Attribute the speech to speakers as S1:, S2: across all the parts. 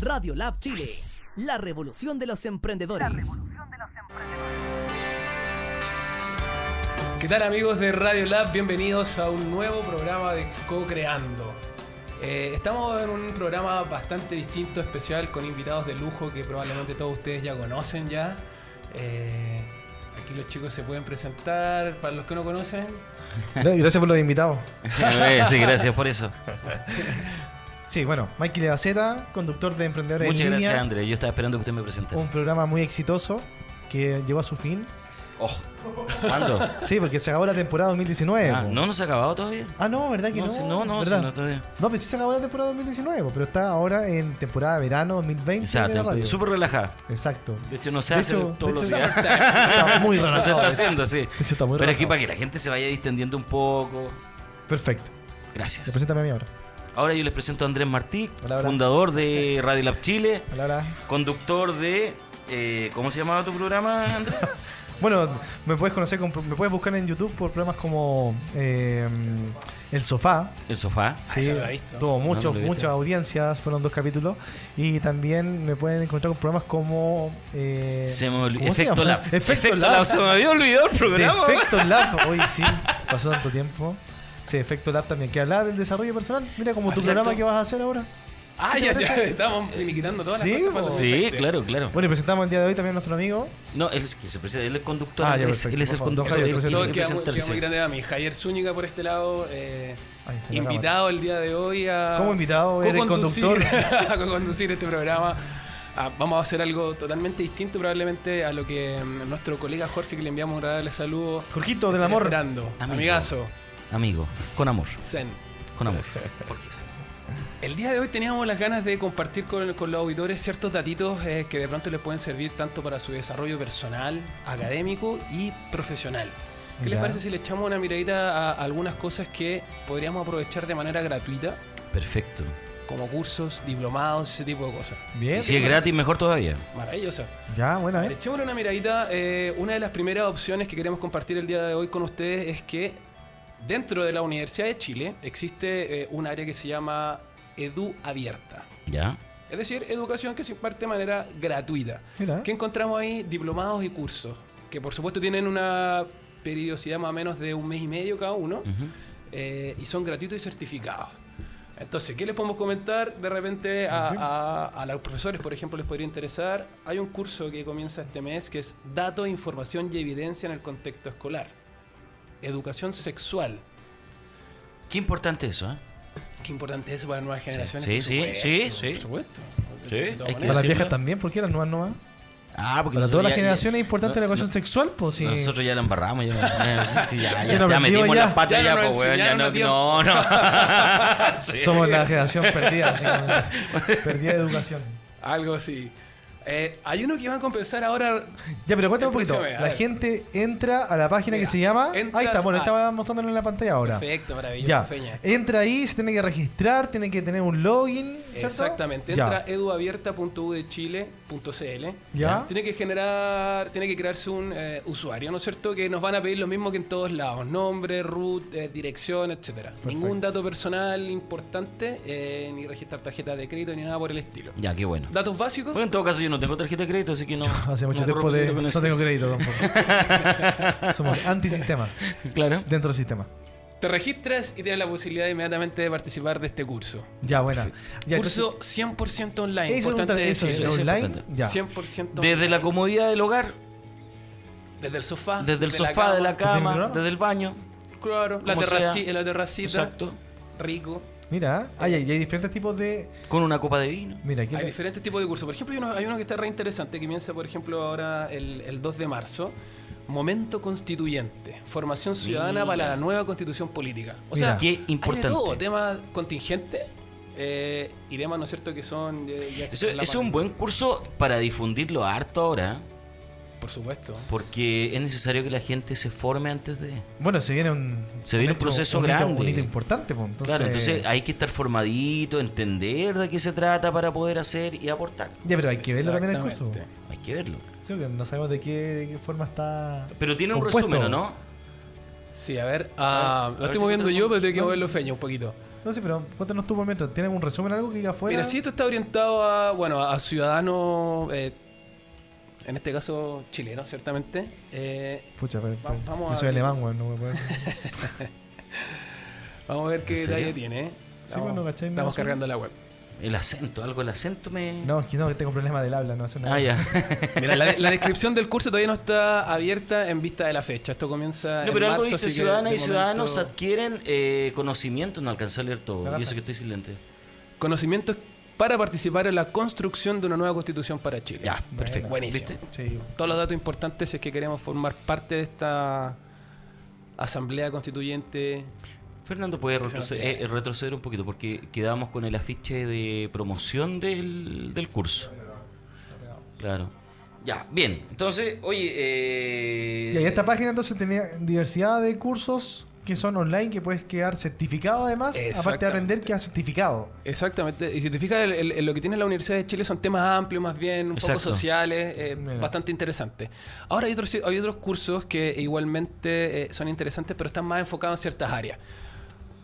S1: Radio Lab Chile, la revolución de los emprendedores.
S2: ¿Qué tal amigos de Radio Lab? Bienvenidos a un nuevo programa de Co-Creando. Eh, estamos en un programa bastante distinto, especial, con invitados de lujo que probablemente todos ustedes ya conocen ya. Eh, aquí los chicos se pueden presentar, para los que no conocen.
S3: Gracias por los invitados.
S4: Eh, sí, gracias por eso.
S3: Sí, bueno, Mikey Levaceta, conductor de Emprendedores
S4: Muchas
S3: en Línea.
S4: gracias, Andrés. Yo estaba esperando que usted me presentara.
S3: Un programa muy exitoso que llegó a su fin.
S4: Oh. ¿Cuándo?
S3: Sí, porque se acabó la temporada 2019.
S4: Ah,
S3: po.
S4: ¿No nos ha acabado todavía?
S3: Ah, no, ¿verdad que no?
S4: No, sí, no, no,
S3: ¿verdad?
S4: sí, no, todavía.
S3: No, pero sí se acabó la temporada 2019, po, pero está ahora en temporada de verano 2020. de la
S4: Exacto,
S3: radio.
S4: súper relajada.
S3: Exacto.
S4: De hecho, no se
S3: De
S4: hace
S3: hecho-
S4: todos
S3: de
S4: los
S3: hecho,
S4: días.
S3: Está muy
S4: No se
S3: relajado.
S4: está haciendo, sí.
S3: De hecho, está muy
S4: Pero es que
S3: relajado.
S4: para que la gente se vaya distendiendo un poco.
S3: Perfecto.
S4: Gracias.
S3: Preséntame a mí ahora.
S4: Ahora yo les presento a Andrés Martí,
S3: Hola, hola.
S4: fundador de Radio Lab Chile,
S3: Hola, hola.
S4: conductor de. eh, ¿Cómo se llamaba tu programa, Andrés?
S3: Bueno, me puedes conocer, con- me puedes buscar en YouTube por programas como eh, El Sofá.
S4: El sofá.
S2: Ah,
S3: Sí,
S2: ese no lo he visto.
S3: tuvo
S4: no
S3: muchos,
S4: lo he visto.
S3: muchas audiencias, fueron dos capítulos. Y también me pueden encontrar con programas como. Eh,
S4: Se me olvidó.
S3: ¿cómo se
S4: Efecto
S3: llama?
S4: Lab.
S3: Efecto, Lab.
S4: Lab. Se me había olvidado el
S3: De
S4: programa.
S3: Efecto Lab. Hoy sí, pasó tanto tiempo. Sí, Efecto Lab también. Que hablar del desarrollo personal. Mira, como tu
S4: Exacto.
S3: programa que vas a hacer ahora.
S2: Ah, ya, ya, estamos finiquitando todas
S3: Sí,
S2: las cosas.
S3: po.
S2: cuando se
S4: Sí,
S2: infecte.
S4: claro, claro.
S3: Bueno, y presentamos el día de hoy también a nuestro amigo.
S4: No, él es, que se presenta, él es el conductor.
S3: Ah, ya,
S4: él, es-
S3: perfecto,
S4: él es
S3: por
S4: el
S3: favor. Don
S4: conductor.
S3: Javier,
S4: él
S3: presente.
S4: tiene
S2: Todo
S4: que
S2: queda muy, queda muy
S4: presentarse.
S2: grande a mí. Javier Zúñiga por este lado, eh,
S3: Ahí está la
S2: invitado el día de hoy a.
S3: ¿Cómo invitado? Eres
S2: co-conducir-
S3: conductor.
S2: a conducir este programa. Ah, vamos a hacer algo totalmente distinto, probablemente, a lo que mm, nuestro colega Jorge, que le enviamos un agradable saludo.
S3: Jorgito del Amor.
S2: Esperando.
S4: Amigo.
S2: Amigazo.
S4: Amigo, con amor,
S2: Zen.
S4: con amor. Jorge.
S2: El día de hoy teníamos las ganas de compartir con, con los auditores ciertos datitos eh, que de pronto les pueden servir tanto para su desarrollo personal, académico y profesional. ¿Qué les
S3: Ya.
S2: parece si le echamos una miradita a algunas cosas que podríamos aprovechar de manera gratuita,
S4: Perfecto.
S2: como cursos, diplomados, ese tipo de cosas?
S3: Bien.
S4: Y si es gratis, mejor todavía.
S2: Maravillosa.
S3: Ya, bueno,
S2: A ver,
S3: ¿eh?
S2: echémosle una miradita. eh, una de las primeras opciones que queremos compartir el día de hoy con ustedes es que dentro de la Universidad de Chile existe eh, un área que se llama Edu Abierta.
S4: ¿Ya?
S2: Es decir, educación que se imparte de manera gratuita.
S3: Mira.
S2: ¿Qué encontramos ahí? Diplomados y cursos, que por supuesto tienen una periodicidad más o menos de un mes y medio cada uno,
S4: Ujú.
S2: eh, y son gratuitos y certificados. Entonces, ¿qué les podemos comentar de repente a, a- a los profesores, por ejemplo, les podría interesar? Hay un curso que comienza este mes que es Datos, Información y Evidencia en el Contexto Escolar. Educación sexual.
S4: Qué importante eso, ¿eh?
S2: Qué importante es eso para nuevas generaciones.
S4: sí,
S2: por
S4: sí,
S2: supuesto,
S4: sí, sí.
S2: Por supuesto.
S4: Sí,
S2: De todas
S4: hay que
S3: Para las
S2: maneras.
S3: viejas también, porque las nuevas no van.
S4: Ah, porque
S3: Para
S4: nosotros
S3: todas las
S4: ya-
S3: generaciones es importante
S4: no-
S3: la educación
S4: no-
S3: sexual, pues sí.
S4: Nosotros ya la embarramos, ya, ya, ya,
S3: Ya nos
S4: ya metimos
S3: metimos ya.
S4: las patas
S2: Ya
S4: ya,
S2: no nos
S4: pues, weón, ya
S2: enseñaron a
S4: no,
S2: tiempo.
S4: no, no. Sí.
S3: Somos la generación perdida, así como- perdida de educación.
S2: Algo así. Eh, hay uno que van a compensar ahora.
S3: Ya, pero cuéntame un poquito.
S2: Escúchame, a
S3: La
S2: ver.
S3: gente entra a la página
S2: Mira,
S3: que se llama.
S2: entras
S3: Ahí está, bueno,
S2: a-
S3: estaba mostrándolo en la pantalla ahora.
S2: Perfecto, maravilloso,
S3: Ya.
S2: Feña.
S3: Entra ahí, se tiene que registrar, tiene que tener un login. ¿cierto?
S2: Exactamente.
S3: Ya.
S2: Entra eduabierta.udechile.cl.
S3: Ya.
S2: Tiene que generar, tiene que crearse un eh, usuario, ¿no es cierto? Que nos van a pedir lo mismo que en todos lados: nombre, root, eh, dirección, etcétera. Ningún dato personal importante, eh, ni registrar tarjeta de crédito, ni nada por el estilo.
S4: Ya, qué bueno.
S2: Datos básicos.
S4: Bueno, en todo caso yo no tengo tarjeta de crédito, así que no.
S3: Hace mucho
S4: no
S3: tiempo
S4: corro
S3: de,
S4: peligro con
S3: no
S4: eso.
S3: tengo crédito tampoco. Somos antisistema,
S4: Claro.
S3: dentro del sistema.
S2: Te registras y tienes la posibilidad inmediatamente de participar de este curso.
S3: Ya, buena. Ya,
S2: curso 100% online.
S3: entonces, eso, es
S2: importante
S3: un- eso,
S2: decirlo.
S3: es
S4: eso es
S3: online.
S4: importante.
S3: Ya.
S2: 100%
S4: Desde la comodidad del hogar,
S2: Desde el sofá.
S4: desde el
S2: Ah, de la
S4: sofá, de la
S3: cama. ¿Desde el
S4: cama,
S3: programa?
S4: desde el baño.
S2: Claro, la,
S4: como
S2: terraci-
S4: sea.
S2: en la terracita.
S4: Exacto.
S2: Rico.
S3: Mira, ah, ya, y hay diferentes tipos de.
S4: Con una copa de vino.
S3: Mira, aquí.
S2: Hay diferentes tipos de cursos. Por ejemplo, hay uno, hay uno que está re interesante que comienza, por ejemplo, ahora el, el 2 de marzo. Momento constituyente. Formación ciudadana
S4: Mira.
S2: para la nueva constitución política. O sea,
S3: Mira.
S4: Qué
S2: hay de
S4: importante.
S2: todo. Temas contingentes eh, y temas, ¿no es cierto?, que son... eh, ya se
S4: Eso,
S2: traslapan.
S4: ese es un buen curso para difundirlo harto ahora, ¿eh?
S2: Por supuesto.
S4: porque es necesario que la gente se forme antes de...
S3: Bueno, se viene un.
S4: Se viene un proceso
S3: hito-
S4: grande.
S3: Un hito importante, pues. Entonces,
S4: claro, entonces hay que estar formadito, entender de qué se trata para poder hacer y aportar.
S3: Ya, pero hay que verlo también el curso.
S2: Exactamente.
S4: Hay que verlo.
S3: Sí, porque no sabemos de qué, de qué forma está.
S4: Pero tiene un
S3: compuesto.
S4: resumen, ¿o ¿no?
S2: Sí, a ver, ah,
S4: A ver, a
S2: lo
S4: ver
S2: estoy
S4: si
S2: moviendo
S4: encontramos-
S2: yo, pero tengo que moverlo feña un poquito.
S3: No sé, pero cuéntanos tú por mientras. ¿Tienes un resumen, algo que diga afuera?
S2: Mira, si esto está orientado a, bueno, a ciudadanos, eh, en este caso chilenos, ciertamente. eh,
S3: Pucha, pero,
S2: Va-
S3: pero-
S2: vamos
S3: yo
S2: a
S3: soy
S2: ver.
S3: alemán, weón. No me puedo...
S2: vamos a ver qué
S4: ¿En serio?
S2: detalle tiene.
S3: Sí, bueno, ¿cachai? Me
S2: estamos
S3: suena.
S2: cargando la web.
S4: El acento, algo, el acento me.
S3: no, es que no, que tengo problemas del habla, no hace nada.
S4: Ah, ya.
S2: Mira, la, la descripción del curso todavía no está abierta en vista de la fecha. Esto comienza.
S4: No,
S2: en
S4: pero algo
S2: marzo,
S4: dice
S2: así que
S4: ciudadanas
S2: de
S4: y ciudadanos
S2: momento-
S4: adquieren eh, conocimiento. No alcancé a leer
S3: La
S4: todo.
S3: gata.
S4: Y eso que estoy silente.
S2: Conocimientos para participar en la construcción de una nueva constitución para Chile.
S4: Ya, perfecto.
S2: Buenísimo.
S4: ¿Viste?
S3: Sí.
S2: Todos los datos importantes si es que queremos formar parte de esta asamblea constituyente.
S4: Fernando, puede retroceder, eh, retroceder un poquito porque quedábamos con el afiche de promoción del, del curso. Claro. Ya, bien. Entonces, oye. Eh,
S3: Y ahí esta página entonces tenía diversidad de cursos que son online, que puedes quedar certificado además. Aparte de
S2: Exactamente.
S3: aprender, quedas certificado.
S2: Exactamente. Y si te fijas, el- el- el- lo que tiene la Universidad de Chile son temas amplios, más bien, un
S4: Exacto.
S2: poco sociales, eh,
S3: Mira.
S2: bastante interesantes. Ahora hay otros, hay otros cursos que igualmente eh, son interesantes, pero están más enfocados en ciertas áreas.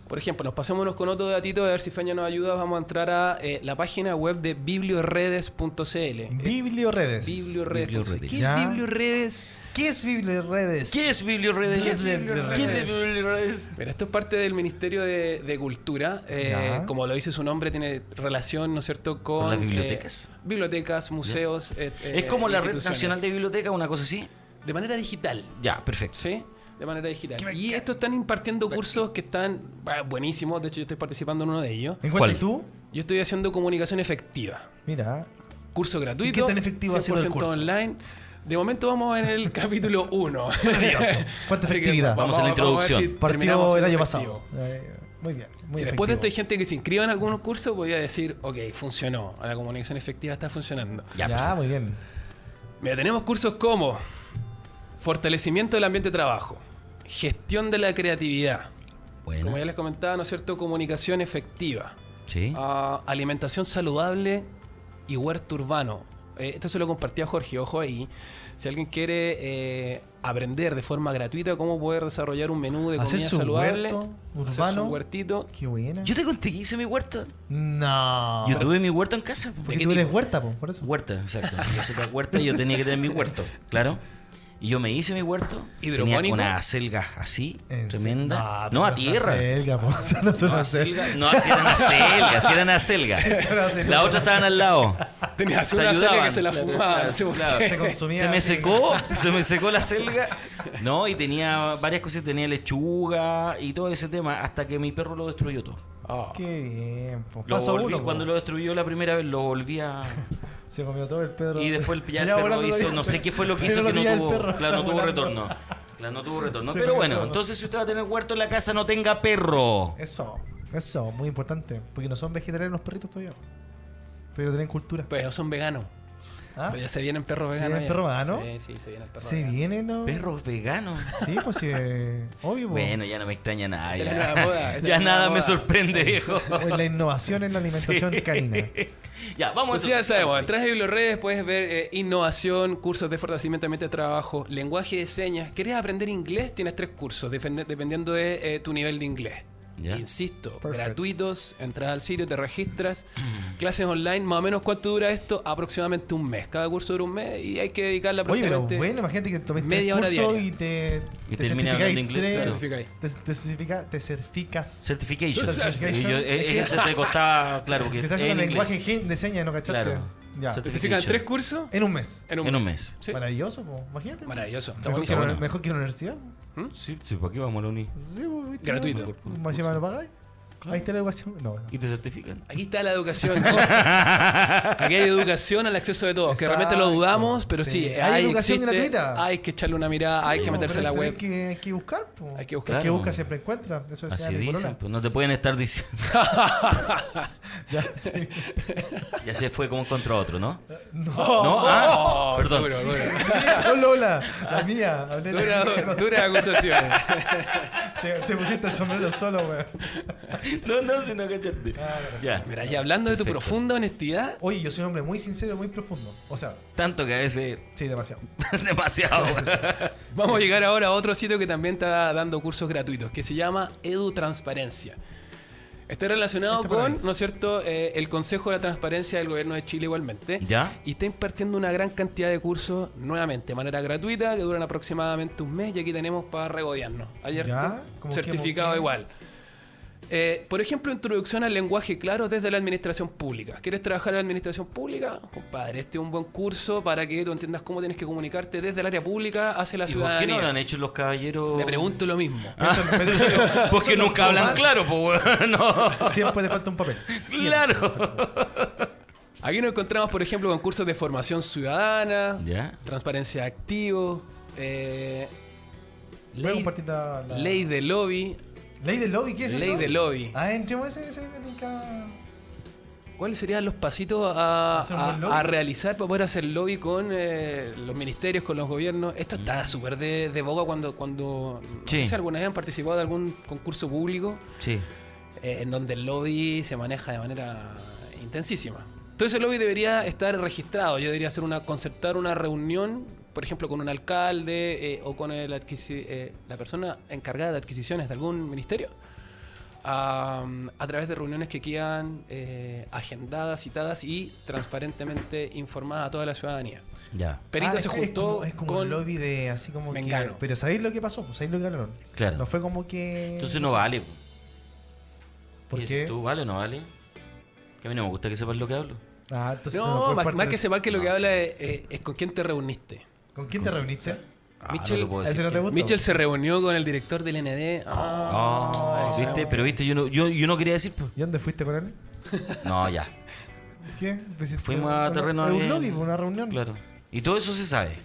S2: Por ejemplo, nos pasémonos con otro datito, a ver si Feña nos ayuda. Vamos a entrar a eh, la página web de
S4: Eh,
S2: biblioredes.cl.
S3: Biblioredes.
S2: Biblioredes. ¿Qué es
S3: Ya.
S2: Biblioredes?
S3: ¿Qué es Biblioredes?
S4: ¿Qué es Biblioredes?
S3: ¿Qué es Biblioredes?
S4: ¿Qué es Biblioredes?
S2: Mira, esto es parte del Ministerio de, de Cultura. eh,
S3: Ya.
S2: como lo dice su nombre, tiene relación, ¿no es cierto?, con...
S4: ¿Con las
S2: eh,
S4: bibliotecas?
S2: bibliotecas, museos... eh,
S4: Es
S2: eh,
S4: como la red
S2: instituciones.
S4: nacional de biblioteca, una cosa así.
S2: De manera digital,
S4: Ya, perfecto.
S2: ¿sí? De manera digital. Y estos están impartiendo cursos que están bah, buenísimos. De hecho, yo estoy participando en uno de ellos.
S3: ¿En
S4: ¿Cuál?
S3: cuál tú?
S2: Yo estoy haciendo comunicación efectiva.
S3: Mira.
S2: Curso gratuito.
S3: ¿Y qué tan efectivo ha sido el
S2: 100%
S3: curso?
S2: online. De momento vamos en el capítulo 1.
S3: ¿Cuánta efectividad?
S4: Vamos a la introducción.
S3: Partido el año pasado. Eh, Muy bien. Muy
S2: si después de esto hay
S3: efectivo.
S2: gente que se inscriba en algunos cursos, voy a decir, ok, funcionó. La comunicación efectiva está funcionando.
S4: Ya,
S3: Ya, muy bien.
S2: Mira, tenemos cursos como fortalecimiento del ambiente de trabajo, gestión de la creatividad, como ya
S4: Bueno,
S2: les comentaba, ¿no es cierto? Comunicación efectiva,
S4: sí.
S2: ah, alimentación saludable y huerto urbano. Eh, esto se lo compartía Jorge, ojo ahí. Si alguien quiere eh, aprender de forma gratuita cómo poder desarrollar un menú de
S3: Hacer
S2: comida
S3: su
S2: saludable,
S3: huerto
S2: hacer
S3: urbano.
S2: su huertito.
S3: Qué buena.
S4: Yo te conté que hice mi huerta.
S3: No.
S4: Yo tuve mi huerta en casa. po.
S3: Porque Ah. tú eres huerta, po, por eso.
S4: Huerta, exacto. Yo soy de huerta y yo tenía que tener mi huerto, claro. Y yo me hice mi huerto.
S2: ¿Hidropónico?
S4: Tenía una acelga así,
S3: En-
S4: tremenda.
S3: pero
S4: No, a
S3: eso es
S4: tierra.
S3: acelga, po. Eso no es
S4: No,
S3: una
S4: acelga. No, así eran acelga, así eran acelga.
S3: era acelga.
S4: La otra estaban al lado.
S2: Tenía
S4: Se
S2: una serie que
S4: ayudaban.
S2: se la fumaba. no sé por
S4: Claro.
S2: qué.
S3: Se consumía.
S4: Se me
S3: así.
S4: secó, se me secó la selga. No, y tenía varias cosas, tenía lechuga y todo ese tema, hasta que mi perro lo destruyó todo.
S2: Ah.
S3: Qué bien, po.
S4: Lo
S3: Paso
S4: volví-
S3: uno, po.
S4: cuando lo destruyó la primera vez, lo volví a,
S3: Se comió todo el Pedro.
S4: Y después el, ya el
S3: Ya
S4: perro
S3: volando
S4: hizo,
S3: todavía.
S4: no sé qué fue lo que hizo
S3: Pero
S4: que no
S3: tira el
S4: tuvo,
S3: perro.
S4: claro, no tuvo
S3: Volando.
S4: retorno. Claro, no tuvo retorno.
S3: Se
S4: Pero
S3: me
S4: bueno,
S3: quedó.
S4: entonces si usted va a tener huerto en la casa, no tenga perro.
S3: Eso, eso, muy importante. Porque no son vegetarianos los perritos todavía. Todavía no tienen cultura.
S2: Todavía no son veganos.
S3: ¿Ah?
S2: Pero ya se vienen perros
S3: ¿Se
S2: veganos.
S3: viene el
S2: ya.
S3: perro vegano?
S2: Sí, sí, se viene el perro
S3: Se
S2: vegano.
S3: vienen, ¿no?
S4: Perros veganos.
S3: Sí, pues sí. eh, Obvio, po.
S4: Bueno, ya no me extraña nada.
S2: Es la
S4: Ya,
S2: nueva moda, es la
S4: Ya
S2: nueva
S4: nada me
S2: moda.
S4: sorprende, viejo.
S3: Eh, La innovación en la alimentación canina.
S4: Ya, vamos
S2: Entonces Pues ya
S4: entonces.
S2: sabemos, entras a Biblioredes, puedes ver eh, innovación, cursos de fortalecimiento de ambiente de trabajo, lenguaje de señas. ¿Querés aprender inglés? Tienes tres cursos, defende- dependiendo de eh, tu nivel de inglés.
S4: Ya.
S2: Insisto,
S3: Perfecto.
S2: gratuitos, entras al sitio, te registras, clases online, más o menos cuánto dura esto, aproximadamente un mes. Cada curso dura un mes y hay que dedicarle
S3: Oye, pero
S2: aproximadamente...
S3: bueno, imagínate que tomes
S2: media
S3: tres
S2: hora
S3: cursos
S2: diaria.
S3: y te,
S4: Y
S3: te
S4: termina
S3: certificáis
S4: hablando inglés,
S3: tres-
S4: claro.
S2: Certificáis.
S3: Te, te certifica- te certificas.
S4: Certification.
S3: Certification.
S4: Sí, yo- eh, eh, eso te costaba, claro,
S3: Te
S4: porque
S3: estás
S4: en
S3: haciendo lenguaje
S4: inglés.
S3: gen- de señas, ¿no cachaste?
S4: Claro.
S3: Ya.
S2: ¿Te fijan
S4: Certification.
S2: tres cursos?
S3: En un mes.
S2: En
S4: en un mes.
S2: Sí.
S3: Maravilloso, po. imagínate.
S2: Maravilloso. Está
S3: Mejor, que,
S2: buenísimo.
S3: la- mejor que la universidad.
S4: Sí, sí, ¿para qué vamos a la uni?
S3: Sí, po, ¿viste?
S2: Gratuito.
S3: Más encima no pagáis. Ahí está la educación. No, no.
S4: Y te certifican.
S2: Aquí está la educación. ¿no? Aquí hay educación al acceso de todos, que
S3: Exacto.
S2: realmente lo dudamos, pero sí,
S3: Sí. Hay
S2: ahí
S3: educación
S2: existe,
S3: gratuita.
S2: Hay que echarle una mirada, hay que
S3: No,
S2: meterse
S3: pero
S2: en la
S3: hay
S2: web.
S3: Que, hay que buscar. po.
S2: Hay que buscar.
S3: El que
S4: Claro.
S3: busca siempre encuentra. Eso decía
S4: Así
S3: mi polola.
S4: dicen, pues no te pueden estar diciendo.
S3: Ya, sí.
S4: Ya se fue como contra otro, ¿no?
S3: No.
S4: No, ah,
S2: Oh,
S4: perdón.
S2: Duro, duro.
S3: Lola, la mía. Hablé de
S2: Dura,
S3: la mía.
S2: dura acusación.
S3: Te, te pusiste el sombrero solo, weón.
S4: No, no, si no cachaste. Ya.
S2: Mira, y hablando de tu
S4: Perfecto.
S2: profunda honestidad,
S3: Oye, yo soy un hombre muy sincero, muy profundo. O sea,
S4: Tanto que a veces
S3: sí, demasiado.
S4: demasiado.
S2: vamos a llegar ahora a otro sitio que también está dando cursos gratuitos, que se llama Edu Transparencia. Está relacionado
S3: Está por
S2: con,
S3: ahí.
S2: ¿no es cierto?, eh, el Consejo de la Transparencia del Gobierno de Chile igualmente.
S4: ¿Ya?
S2: Y está impartiendo una gran cantidad de cursos nuevamente, de manera gratuita, que duran aproximadamente un mes y aquí tenemos para regodearnos. Ayer
S3: ¿Ya?
S2: tu-
S3: ¿Cómo
S2: certificado
S3: que-
S2: igual. Eh, por ejemplo, introducción al lenguaje claro desde la administración pública. ¿Quieres trabajar en la administración pública? Compadre, este es un buen curso para que tú entiendas cómo tienes que comunicarte desde el área pública hacia la
S4: ¿Y por
S2: ciudadanía.
S4: qué no lo han hecho los caballeros?
S2: Te pregunto lo mismo.
S4: Ah. Porque nunca hablan claro, pues, weón. No.
S3: Siempre te falta un papel.
S4: Claro.
S2: Aquí nos encontramos, por ejemplo, con cursos de formación ciudadana,
S4: ¿Ya?
S2: transparencia de activos, eh,
S3: Voy a
S2: ley,
S3: compartir la, la-
S2: ley de lobby.
S3: ¿Ley del lobby, ¿qué es
S2: Ley
S3: eso?
S2: del lobby.
S3: Ah, entremos ese, ese me tinca.
S2: ¿Cuáles serían los pasitos a,
S3: ¿Hacer un buen
S2: a-
S3: lobby?
S2: a realizar para poder hacer lobby con eh, los ministerios, con los gobiernos? Esto está súper de, de boga cuando, cuando no
S4: Mm. Sí.
S2: sé si alguna vez han participado de algún concurso público
S4: Sí.
S2: eh, en donde el lobby se maneja de manera intensísima. Entonces el lobby debería estar registrado. Yo debería hacer una concertar una reunión, por ejemplo, con un alcalde eh, o con el adquisi- eh, la persona encargada de adquisiciones de algún ministerio. am, a través de reuniones que quedan eh, agendadas, citadas y transparentemente informadas a toda la ciudadanía.
S4: Ya.
S2: Perito
S3: Ah,
S2: se
S3: es-
S2: juntó
S3: Es como, es como
S2: con
S3: un lobby de así como
S2: Mengano.
S3: que. Pero ¿sabéis lo que pasó? ¿Sabéis lo que ganaron?
S4: Claro.
S3: No fue como que.
S4: Entonces no vale. po.
S3: ¿Por
S4: ¿Y
S3: qué?
S4: ¿Tú vale o no vale? Que a mí no me gusta que sepas lo que hablo.
S3: Ah, entonces tú
S2: No,
S3: puedes Ah,
S2: más,
S3: parte
S2: más
S3: de-
S2: que sepa que lo
S4: No,
S2: que
S4: sí.
S2: habla es, eh, es con quién te reuniste.
S3: ¿Con quién te reuniste?
S4: Ah,
S2: Mitchell-
S4: no te puedo
S3: ¿A ese
S4: decir
S3: no te
S4: que-
S3: gusta?
S2: Mitchell se reunió con el director del ND. Ah.
S4: Ah,
S2: Ay,
S4: ¿viste?
S2: sí.
S4: Pero viste, yo no, yo, yo no quería decir. po.
S3: ¿Y dónde fuiste con él?
S4: No, ya.
S3: ¿Qué? Pues si-
S4: Fuimos a
S3: una-
S4: terreno
S3: es
S4: de-
S3: un lobby, fue una reunión.
S4: Claro. Y todo eso se sabe.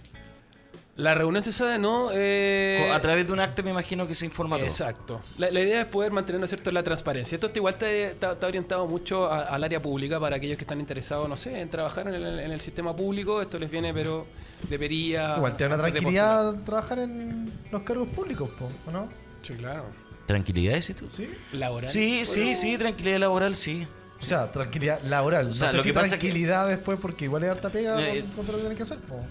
S2: La reunión se sabe, ¿no? Eh,
S4: a través de un acta me imagino que se informa todo.
S2: Exacto. La, la idea es poder mantener, ¿no es cierto?, la transparencia. Esto está igual está, está- está orientado mucho a- al área pública para aquellos que están interesados, no sé, en trabajar en el, en el sistema público. Esto les viene, pero debería...
S3: Igual te da una
S2: antes de
S3: tranquilidad trabajar en los cargos públicos, po, ¿o no?
S2: postular. Sí, claro.
S4: ¿Tranquilidad decís tú?
S3: Sí.
S2: Laboral.
S4: Sí, sí, sí, tranquilidad laboral, sí.
S3: O sea, tranquilidad laboral.
S4: O sea,
S3: no sé
S4: lo
S3: si
S4: que pasa es que-
S3: tranquilidad después porque igual es harta pega
S4: No, eh,
S3: con, con todo lo que tienes que hacer, po.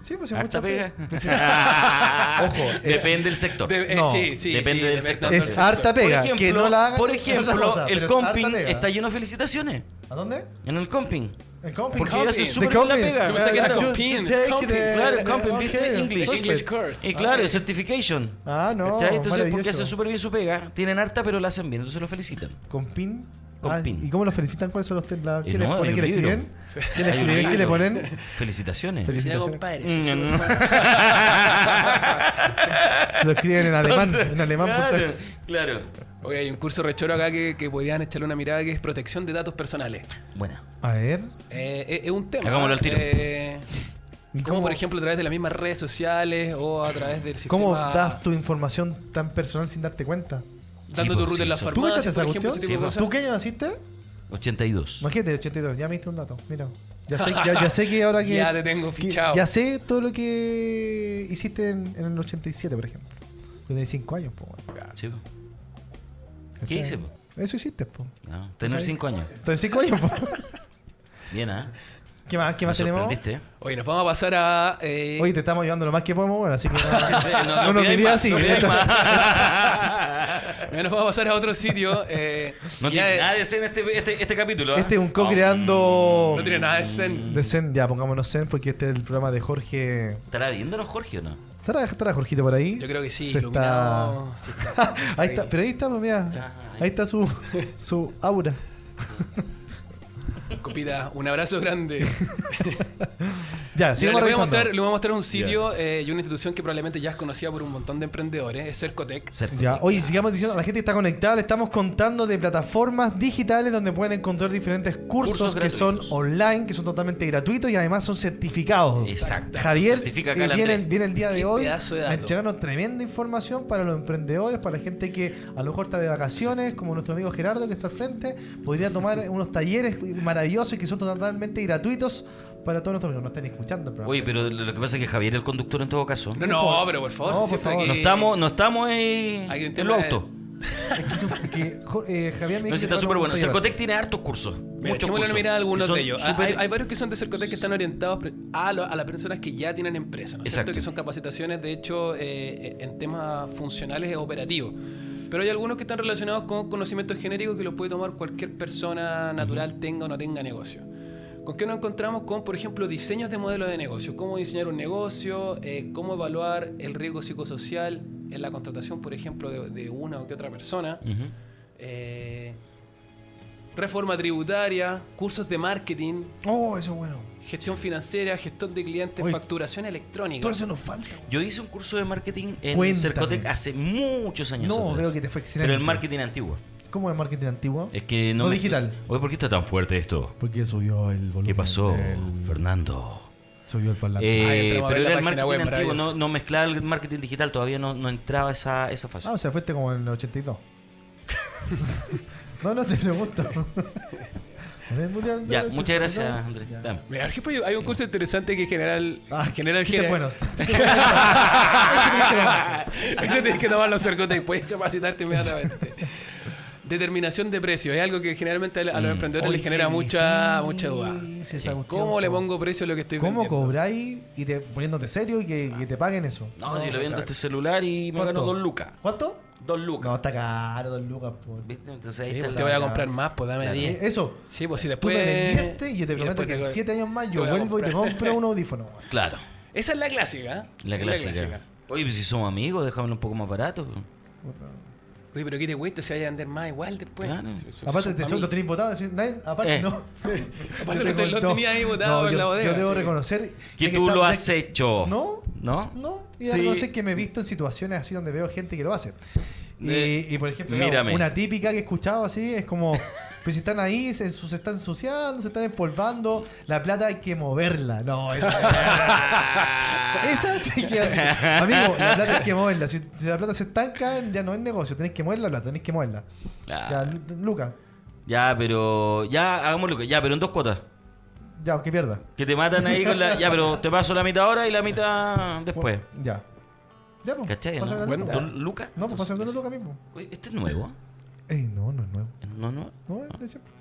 S3: Sí, pues si
S4: ¿Harta
S3: mucha
S4: pega?
S3: pe- pues sí.
S4: Ojo,
S3: es-
S4: depende del sector.
S2: De- eh,
S3: No,
S2: sí, sí,
S4: depende
S2: sí,
S4: del
S2: depende
S4: sector.
S3: Es
S2: del
S3: harta pega, que no la hagan.
S4: por
S3: es otra
S4: ejemplo,
S3: cosa, pero
S4: el
S3: es harta
S4: comping
S3: pega.
S4: está lleno de felicitaciones.
S3: ¿A dónde?
S4: En el comping.
S3: En comping.
S4: Porque ellos hacen
S2: Comping.
S4: súper
S3: The
S4: bien la pega.
S3: comping.
S2: Yo pensé que era
S3: Claro,
S2: comping,
S3: you
S2: it's
S3: take
S2: comping.
S3: the-
S4: Claro, comping,
S3: ok,
S4: ¿viste? English.
S2: English course.
S4: Y claro, certification.
S3: Ah, no,
S4: ¿Cachai? Entonces, porque
S3: maravilloso.
S4: hacen súper bien su pega, tienen harta, pero la hacen bien, entonces lo felicitan.
S3: Compin.
S4: Con
S3: Ah,
S4: pin.
S3: ¿Y cómo los felicitan? ¿Cuáles son los te- la-
S4: Eh,
S3: ¿Qué les
S4: no, hay
S3: ponen? ¿Qué le
S4: un libro.
S3: escriben? ¿Qué le
S4: Hay un
S3: escriben? ¿Qué le
S4: libro.
S3: ponen?
S4: Felicitaciones.
S2: Ya,
S3: Felicitaciones.
S2: compadre.
S4: Mm,
S3: Se lo escriben en alemán. En alemán, pues.
S4: claro, claro.
S2: Oye, hay un curso rechoro acá que, que podrían echarle una mirada que es protección de datos personales.
S4: Buena.
S3: A ver.
S2: Eh, es, es un tema.
S4: Hagámoslo al tiro.
S2: Eh,
S3: ¿Y
S2: como
S3: cómo-
S2: por ejemplo a través de las mismas redes sociales o a través del sistema.
S3: ¿Cómo das tu información tan personal sin darte cuenta?
S2: Dando
S4: Sí,
S2: tu
S4: pues,
S2: root
S4: sí,
S2: en la
S4: sí.
S3: ¿Tú
S2: farmacia,
S3: echaste esa
S2: por ejemplo,
S3: cuestión?
S2: ese tipo de
S4: Sí, pues.
S2: cosas.
S3: ¿Tú qué año naciste?
S4: 82.
S3: Imagínate, 82. Ya me diste un dato. Mira. Ya sé, ya, ya sé que ahora que.
S2: Ya te tengo
S3: que-
S2: fichado.
S3: ya sé todo lo que hiciste en, en el 87, por ejemplo. Yo tenía 5 años, po. weón.
S4: Sí, po.
S3: ¿Cachai?
S4: ¿Qué hice? po?
S3: Eso hiciste, po.
S4: Ah, tener
S3: ¿Sabes?
S4: 5 años.
S3: Entonces 5 años, po.
S4: Bien, ¿ah?
S3: ¿Qué más? ¿Qué
S4: Me
S3: más tenemos?
S4: sorprendiste, ¿eh?
S2: Oye, nos vamos a pasar a. eh,
S3: Oye, te estamos ayudando lo más que podemos, bueno, así que
S4: Sí,
S3: no, no, nos
S4: pidáis
S3: dirías
S4: más,
S3: así.
S4: no pidáis
S2: mira,
S4: más.
S2: nos vamos a pasar a otro sitio. eh,
S4: No
S2: ya
S4: tiene
S2: de-
S4: nada de ser en este, este, este capítulo. ¿ah?
S3: Este es un
S4: Ah,
S3: co-creando
S2: no tiene nada de zen.
S3: de Zen. Ya, pongámonos Zen porque este es el programa de Jorge.
S4: Mm. ¿Estará viéndonos Jorge o no?
S3: ¿Estará, estará Jorgito por ahí?
S2: Yo creo que sí,
S3: Se está...
S2: iluminado. sí está-
S3: Ahí está, pero ahí está, mira.
S4: Está ahí.
S3: Ahí está su, su aura.
S2: Copita, un abrazo grande.
S3: Ya,
S2: Mira,
S3: sigamos
S2: le, voy a
S3: revisando.
S2: mostrar, le voy a mostrar un sitio eh, y una institución que probablemente ya es conocida por un montón de emprendedores, es Cercotec.
S4: Cerco.
S3: Ya, oye, sigamos diciendo, la gente está conectada, le estamos contando de plataformas digitales donde pueden encontrar diferentes cursos,
S4: Cursos
S3: que son
S4: gratuitos.
S3: online, que son totalmente gratuitos y además son certificados.
S4: Exacto.
S3: Javier
S4: Certifica
S3: eh,
S4: acá el
S3: viene,
S4: Andrés.
S3: viene el día de
S2: Qué
S3: hoy
S2: pedazo de
S3: a
S2: dato.
S3: entregarnos tremenda información para los emprendedores, para la gente que a lo mejor está de vacaciones, como nuestro amigo Gerardo que está al frente, podría tomar unos talleres maravillosos que son totalmente gratuitos para todos nuestros amigos. No están escuchando, pero...
S4: Oye, pero lo que pasa es que Javier es el conductor en todo caso.
S2: No, no, pero por favor,
S3: No,
S2: si
S3: por
S2: siempre
S3: favor.
S2: aquí-
S4: No estamos, no estamos eh,
S2: Hay un
S4: en
S2: tema
S4: los
S2: de-
S4: autos.
S3: Es que son- es que, jo- eh, Javier me dijo
S4: No, sí,
S3: que
S4: está
S3: fueron
S4: súper bueno.
S3: unos
S4: Cercotec tiene hartos cursos.
S2: Mira,
S4: muchos
S2: echémosle
S4: cursos.
S2: una mirada a algunos
S4: Y son
S2: de ellos.
S4: súper-
S2: Hay, hay varios que son de Cercotec que están orientados pre- a, lo- a las personas que ya tienen empresas, ¿no es cierto?
S4: Exacto.
S2: eh, Que son capacitaciones, de hecho, eh, en temas funcionales e operativos. Pero hay algunos que están relacionados con conocimientos genéricos que los puede tomar cualquier persona natural, tenga o no tenga negocio. ¿Con qué nos encontramos? Con, por ejemplo, diseños de modelos de negocio. Cómo diseñar un negocio, eh, cómo evaluar el riesgo psicosocial en la contratación, por ejemplo, de, de una o que otra persona.
S4: Ujú.
S2: Eh, reforma tributaria, cursos de marketing,
S3: Oh, eso es bueno.
S2: gestión financiera, gestión de clientes,
S3: Oye,
S2: facturación electrónica.
S3: Todo eso nos falta. weón.
S4: Yo hice un curso de marketing en
S3: Cuéntame.
S4: Cercotec hace muchos años.
S3: No,
S4: atrás.
S3: veo que te fue excelente.
S4: Pero el marketing antiguo.
S3: ¿Cómo es marketing antiguo?
S4: Es que no.
S3: No
S4: me-
S3: digital. Mm,
S4: Oye, ¿por qué está tan fuerte esto?
S3: Porque subió el volumen.
S4: ¿Qué pasó,
S3: del-
S4: Fernando?
S3: Subió el parlante.
S4: Eh,
S2: Ahí entramos a ver
S4: pero era
S2: la página
S4: el marketing
S2: web,
S4: antiguo,
S2: maravilloso.
S4: no, no mezclaba el marketing digital, todavía no, no entraba esa, esa fase.
S3: Ah, o sea, fuiste como en el 82. no, no te pregunto.
S4: ya, muchas gracias, Andrés.
S3: Ya.
S4: Dame.
S2: Mira, por ejemplo, hay un curso interesante que general.
S3: Ah,
S2: general
S3: chistes
S2: gener-
S3: buenos.
S2: Este tienes que tomarlo cercota y puedes capacitarte inmediatamente. Determinación de precios. Es algo que generalmente a los emprendedores les
S3: Mm. Oye,
S2: genera
S3: qué
S2: mucha,
S3: difícil
S2: mucha duda.
S3: esa cuestión,
S2: ¿Cómo le
S3: po.
S2: pongo precio a lo que estoy
S3: ¿Cómo
S2: vendiendo?
S3: cobráis y te, poniéndote serio y que, que te paguen eso?
S4: Ah. No, si lo vendo este celular y me
S3: ¿Cuánto?
S4: gano dos lucas.
S3: ¿Cuánto?
S4: Dos
S3: No,
S4: lucas.
S3: está caro, don Lucas. po.
S4: ¿Viste? Entonces ahí
S2: Sí,
S4: está
S2: pues
S4: la-
S2: te voy a
S3: la-
S2: comprar más, pues dame
S4: Claro.
S2: 10.
S3: Eso,
S2: Sí, pues si
S3: tú
S2: después.
S3: me vendiste y yo te
S2: y
S3: prometo
S2: después
S3: que en
S2: te-
S3: 7 años más
S2: te
S3: yo
S2: voy a
S3: vuelvo y te
S2: comprar.
S3: compro un audífono. weón.
S4: Claro,
S2: Esa es la clásica. ¿eh?
S4: la clásica. Oye, pues si somos amigos, déjamelo un poco más barato.
S2: Oye, pero ¿qué te cuesta? Se vaya a vender más igual después.
S4: Claro.
S3: Aparte, te,
S2: Para mí.
S3: lo tenéis votado. así, nadie- aparte,
S4: Eh.
S3: no.
S2: Aparte,
S3: Yo
S2: lo te- lo
S3: no.
S2: tenía ahí botado
S3: No,
S2: en
S3: yo,
S2: la bodega.
S3: Yo debo
S2: sí.
S3: reconocer
S4: Que
S3: ya
S4: tú lo
S3: estamos-
S4: has
S3: ya-
S4: hecho.
S3: No,
S4: ¿No?
S3: No, y a
S4: Sí.
S3: reconocer que me he visto en situaciones así donde veo gente que lo hace. Y,
S4: Eh,
S3: y, por ejemplo, claro,
S4: mírame.
S3: una típica que he escuchado así es como: pues si están ahí, se, se están ensuciando, se están empolvando, la plata hay que moverla. No, esa, esa sí que hace. Amigo, la plata hay que moverla. Si, si la plata se estanca, ya no es negocio. Tenés que mover la plata, tenés que moverla. Ya,
S4: Claro.
S3: Lu- Luca,
S4: Ya, pero. Ya, hagámoslo. que- Ya, pero en dos cuotas.
S3: ya, que pierda.
S4: Que te matan ahí con la. Ya, pero te paso la mitad ahora y la mitad después.
S3: Ya. Ya, pues.
S4: Pues. ¿Cachai? ¿no?
S3: pásame la
S4: Bueno,
S3: Luca.
S4: ¿tú, Luca.
S3: No, pues pasa con
S4: Entonces,
S3: Luca mismo.
S4: Oye, este es nuevo.
S3: Ey, no, no es nuevo.
S4: No, no.
S3: No, es de siempre.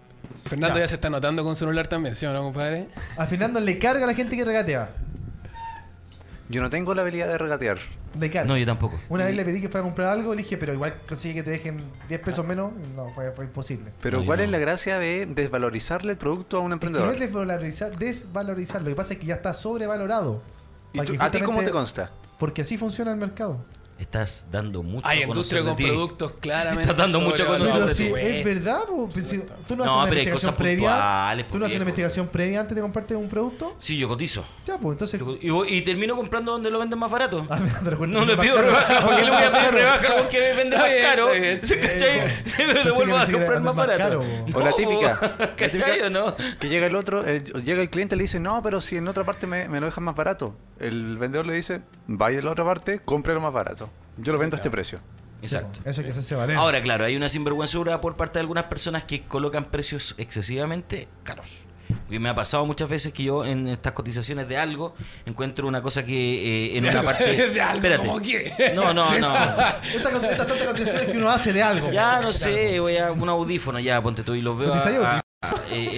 S2: Fernando
S3: Ya.
S2: ya se está anotando con celular también, ¿sí o no, compadre?
S3: A Fernando le carga a la gente que regatea.
S5: Yo no tengo la habilidad de regatear.
S3: Le carga.
S4: No, yo tampoco.
S3: Una vez le pedí que fuera a comprar algo, le dije, pero igual consigue que te dejen 10 pesos menos. No, fue, fue imposible.
S5: Pero
S4: No, yo
S5: ¿cuál
S4: no.
S5: es la gracia de desvalorizarle el producto a un
S3: Es que no
S5: emprendedor?
S3: es desvalorizar, desvalorizar. Lo que pasa es que ya está sobrevalorado.
S5: ¿Y
S3: Para
S5: tú-
S3: que
S5: ¿A ti cómo
S3: justamente-
S5: te consta?
S3: Porque así funciona el mercado.
S4: Estás dando mucho
S2: Hay
S4: a conocer
S2: industria con
S4: de ti.
S2: productos claramente.
S4: Estás dando mucho a
S2: sobre-
S4: conocer
S3: pero
S4: sobre
S3: sí,
S4: tu-
S3: es verdad, po. Pues si tú no,
S4: No,
S3: haces una
S4: pero hay
S3: investigación
S4: cosas
S3: previa.
S4: puntuales, pues,
S3: Tú no haces
S4: viejo.
S3: una investigación previa antes de comprarte un producto.
S4: Sí, yo cotizo.
S3: Ya, pues entonces.
S4: Yo co- Y, voy- y termino comprando donde lo venden más barato.
S3: Ah, pero
S4: No
S3: recuerda que
S4: le
S3: es más
S4: pido
S3: caro.
S4: rebaja, porque le voy a pedir
S3: Claro.
S4: rebaja al que me vende
S2: Está
S4: más
S2: bien,
S4: caro.
S2: está bien.
S4: Sí, ¿Cachai?
S3: Sí,
S4: Se me
S3: pensé
S4: lo vuelvo
S3: que
S4: a
S3: pensé que
S4: comprar
S3: era
S4: más
S3: más
S4: barato.
S3: caro,
S5: O la
S4: No,
S5: típica. la
S4: ¿Cachai
S5: típica
S4: o no?
S5: Que llega el otro, eh, llega el cliente y le dice, no, pero si en otra parte me, me lo dejan más barato. El vendedor le dice, vaya a la otra parte, cómprelo más barato. Yo lo vendo a este precio.
S4: Exacto.
S3: Eso hay que hacerse valer.
S4: Ahora, claro, hay una sinvergüenzura por parte de algunas personas que colocan precios excesivamente caros. Porque me ha pasado muchas veces que yo en estas cotizaciones de algo encuentro una cosa que eh, en una parte.
S2: De algo,
S4: Espérate.
S2: ¿cómo qué?
S4: No, no, no.
S3: Estas con- estas tantas condiciones que uno hace de algo.
S4: Ya no sé, voy a un audífono, ya ponte tú y los veo. a-
S3: ¿Cotizaría
S4: a- a- eh,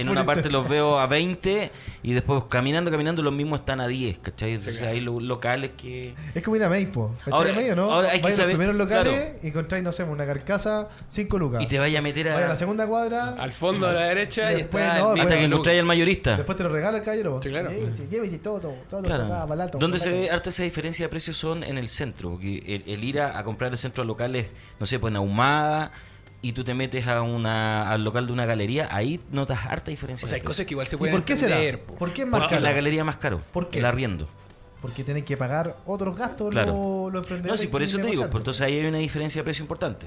S4: en una parte los veo a 20 y después caminando, caminando, los mismos están a 10, ¿cachai? Entonces hay lo- locales que.
S3: Es como ir a Meipo.
S4: Ahora-
S3: Ahora, medio, ¿no?
S4: ahora hay que
S3: Vais a
S4: saber-
S3: los primeros locales y encontráis, no sé, una carcasa, 5 lucas.
S4: Y te vaya a meter a.
S3: Vaya a la segunda cuadra.
S2: Al fondo a la derecha y
S3: Después,
S2: está
S3: no,
S2: el
S4: hasta
S3: bueno,
S4: que
S2: Mito
S4: lo
S2: Luca.
S4: trae el mayorista.
S3: Después te lo regala el caballero.
S2: Sí, claro.
S3: Llévese, llévese todo, todo, todo,
S4: Claro.
S3: todo, balato,
S4: Donde se
S3: balato.
S4: ve harta esa diferencia de precios son en el centro, porque el, el ir a, a comprar el centro a locales, no sé, pues en Ahumada, y tú te metes a una, al local de una galería, ahí notas harta diferencia.
S2: O sea, hay
S4: de precio.
S2: cosas que igual se
S3: ¿Y
S2: pueden
S3: por qué será?
S2: entender, po.
S3: ¿Por qué es más
S4: Porque
S3: caro?
S4: la galería es más caro,
S3: ¿Por qué?
S4: el arriendo.
S3: Porque tienen que pagar otros gastos
S4: Claro.
S3: los, los emprendedores.
S4: No, sí, por
S3: y
S4: eso te digo,
S3: negociantes.
S4: pues, entonces ahí hay una diferencia de precio importante.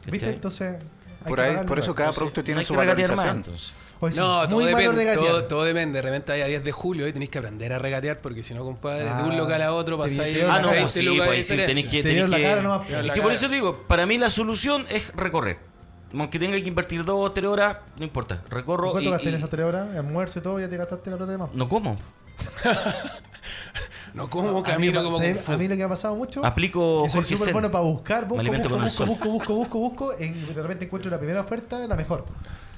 S4: ¿Cachai?
S3: ¿Viste? Entonces. hay
S5: Por,
S3: que pues,
S5: ahí,
S3: pagar
S5: por
S3: lucas.
S5: eso cada
S4: Entonces,
S5: producto
S4: no
S5: tiene
S4: hay
S5: su
S4: que regatear más,
S5: valorización.
S4: entonces.
S3: Hoy sí,
S2: No, todo
S3: muy malo
S2: depende,
S3: regatear.
S2: todo, todo depende. De repente hay a 10 de julio y tenéis que aprender a regatear porque si no, compadre, de
S3: Ah,
S2: un local a otro
S3: te
S2: pasáis
S3: vieron
S4: Ah,
S3: la
S4: no,
S3: cara.
S4: pues sí,
S2: lucas
S4: pues
S2: de
S4: ahí sí, tenés
S2: diferencia.
S4: que...
S3: Te
S4: tenés
S3: vieron la
S4: que-
S3: cara nomás, pues.
S4: Es
S2: La
S4: que por
S2: cara.
S4: eso te digo, para mí la solución es recorrer. Aunque tenga que invertir dos o tres horas, no importa, recorro
S3: ¿Cuánto
S4: y-
S3: gasté en
S4: y-
S3: esas 3 horas? Almuerzo y todo, ya te gastaste la plata de más.
S4: No como,
S2: No, como
S3: A mí,
S2: camino como
S3: ¿sabes?
S2: Kung Fu.
S3: a mí lo que me ha pasado mucho
S4: aplico
S3: que soy
S4: Jorge
S3: súper
S4: Zen.
S3: bueno para buscar, busco,
S4: Me
S3: busco,
S4: alimento
S3: busco,
S4: con el
S3: busco,
S4: sol.
S3: busco, busco, busco, en- de repente encuentro la primera oferta, la mejor.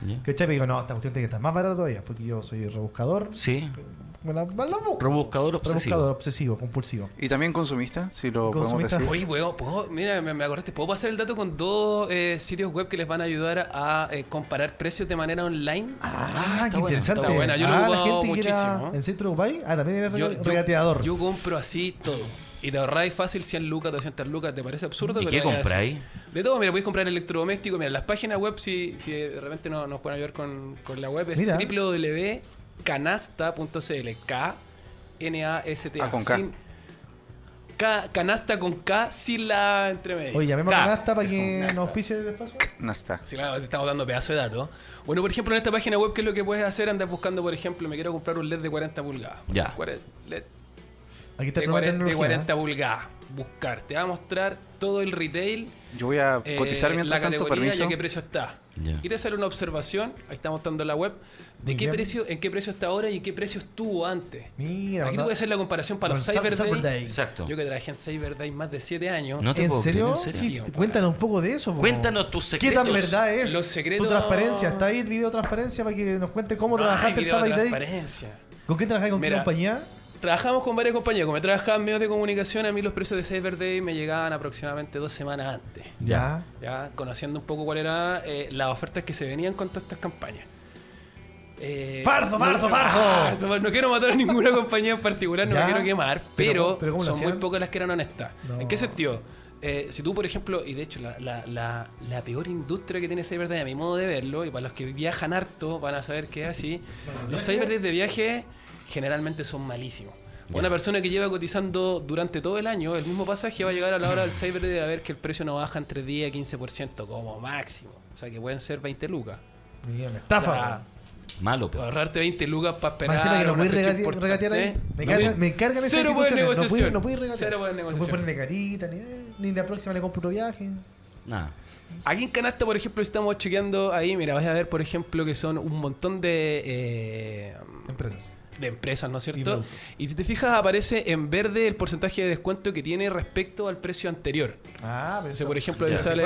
S4: Ya.
S3: ¿Cachai? Y digo, no, esta cuestión tiene que estar más barata todavía, porque yo soy rebuscador,
S4: Sí.
S3: me la, me la busco.
S4: Rebuscador obsesivo.
S3: Rebuscador obsesivo, compulsivo.
S5: Y también consumista, si lo podemos
S3: Consumista.
S5: decir.
S2: Oye, weón, ¿puedo? mira, me, me acordaste, ¿puedo pasar el dato con dos eh, sitios web que les van a ayudar a eh, comparar precios de manera online?
S3: Ah, qué
S4: buena,
S3: interesante.
S2: está buena. Yo lo he
S3: ah, la
S2: ocupado
S3: gente que era
S2: muchísimo. ¿eh?
S3: en Centro Uruguay. Ah, también era
S2: Yo-
S3: re-
S2: yo-
S3: regateador.
S2: Yo, compro así todo. Y te ahorráis fácil 100 lucas, 200 lucas, te parece absurdo.
S4: ¿Y
S2: pero
S4: qué
S2: es así.
S4: compráis?
S2: De todo, mira, podéis comprar electrodomésticos. Mira, las páginas web, si, si de repente no, nos pueden ayudar con, con la web, es
S3: Mira.
S2: www.canasta.cl. K-N-A-S-T-A.
S5: Ah, con K.
S2: Sin- K- Canasta con K sin la entremedia.
S3: Oye, llamemos a
S2: K.
S3: Canasta para que nos auspicie el espacio.
S5: No está.
S2: Sí, claro, te estamos dando pedazo de datos. Bueno, por ejemplo, en esta página web, ¿qué es lo que puedes hacer? Andas buscando, por ejemplo, me quiero comprar un LED de 40 pulgadas.
S4: Ya.
S2: Cuare- LED
S3: Aquí está
S2: de,
S3: el programa
S2: 40,
S3: de
S2: de 40
S3: tecnología.
S2: pulgadas. Buscar. Te va a mostrar todo el retail.
S5: Yo voy a
S2: eh,
S5: cotizar
S2: la
S5: mientras tanto,
S2: categoría y
S5: permiso.
S2: a qué precio está.
S4: Ya.
S2: Y te sale una observación, ahí está mostrando la web, de
S3: Muy
S2: qué
S3: bien.
S2: precio, en qué precio está ahora y en qué precio estuvo antes.
S3: Mira,
S2: Aquí tú
S3: manda-
S2: puedes hacer la comparación para los
S3: Con
S2: Cyber
S3: Cyber
S2: Day.
S3: Day.
S4: Exacto.
S2: Yo que trabajé en Cyber Day más de 7 años.
S4: No te
S3: ¿En
S4: puedo creer,
S3: serio?
S4: ¿en serio?
S3: Sí, cuéntanos un poco de eso. po.
S4: Cuéntanos tus
S3: ¿Qué tan
S4: secretos.
S3: verdad es
S2: Los secretos-
S3: tu transparencia? ¿Está ahí el video transparencia para que nos cuente cómo trabajaste
S2: Ay,
S3: el
S2: video
S3: Cyber Day?
S2: transparencia.
S3: ¿Con quién trabajaste? ¿Con qué
S2: Mira.
S3: compañía?
S2: Trabajamos con varias compañías. Como trabajaba en medios de comunicación, a mí los precios de Cyber Day me llegaban aproximadamente dos semanas antes.
S3: Ya.
S2: Ya, conociendo un poco cuáles eran eh, las ofertas que se venían con todas estas campañas. Eh,
S3: ¡Fardo,
S2: no,
S3: fardo, fardo!
S2: fardo, No quiero matar a ninguna compañía en particular, no
S3: Ya.
S2: la quiero quemar, pero,
S3: Pero, ¿pero cómo lo
S2: son muy
S3: hacían?
S2: pocas las que eran honestas.
S3: No.
S2: ¿En qué sentido? Eh, si tú, por ejemplo, y de hecho la, la- la- la peor industria que tiene Cyber Day, a mi modo de verlo, y para los que viajan harto van a saber que es así, los Cyber Days de viaje generalmente son malísimos. Una persona que lleva cotizando durante todo el año el mismo pasaje va a llegar a la hora del Cyber Day a ver que el precio no baja entre 10 y 15% como máximo. O sea que pueden ser 20 lucas.
S3: Mira, me estafa.
S2: O sea,
S4: Malo, pues. po.
S2: Ahorrarte 20 lucas para esperar.
S3: Más encima que no
S2: una
S3: puedes
S2: fecha
S3: regatear,
S2: importante.
S3: regatear ahí. Me
S2: No
S3: cargan,
S2: puedes.
S3: me cargan esas
S2: Cero poder
S3: instituciones. No puedes,
S2: negociación.
S3: no puedes regatear.
S2: Cero poder
S3: No puedes
S2: negociación.
S3: ponerle carita, ni, eh, ni la próxima le compro otro viaje.
S4: Nada.
S2: Aquí en Canasta, por ejemplo, estamos chequeando ahí. Mira, vas a ver, por ejemplo, que son un montón de. eh,
S3: Empresas.
S2: de empresas, ¿no es cierto?
S3: productos.
S2: Y, si te fijas, aparece en verde el porcentaje de descuento que tiene respecto al precio anterior.
S3: Ah, pero
S2: Entonces, por ejemplo, ahí sale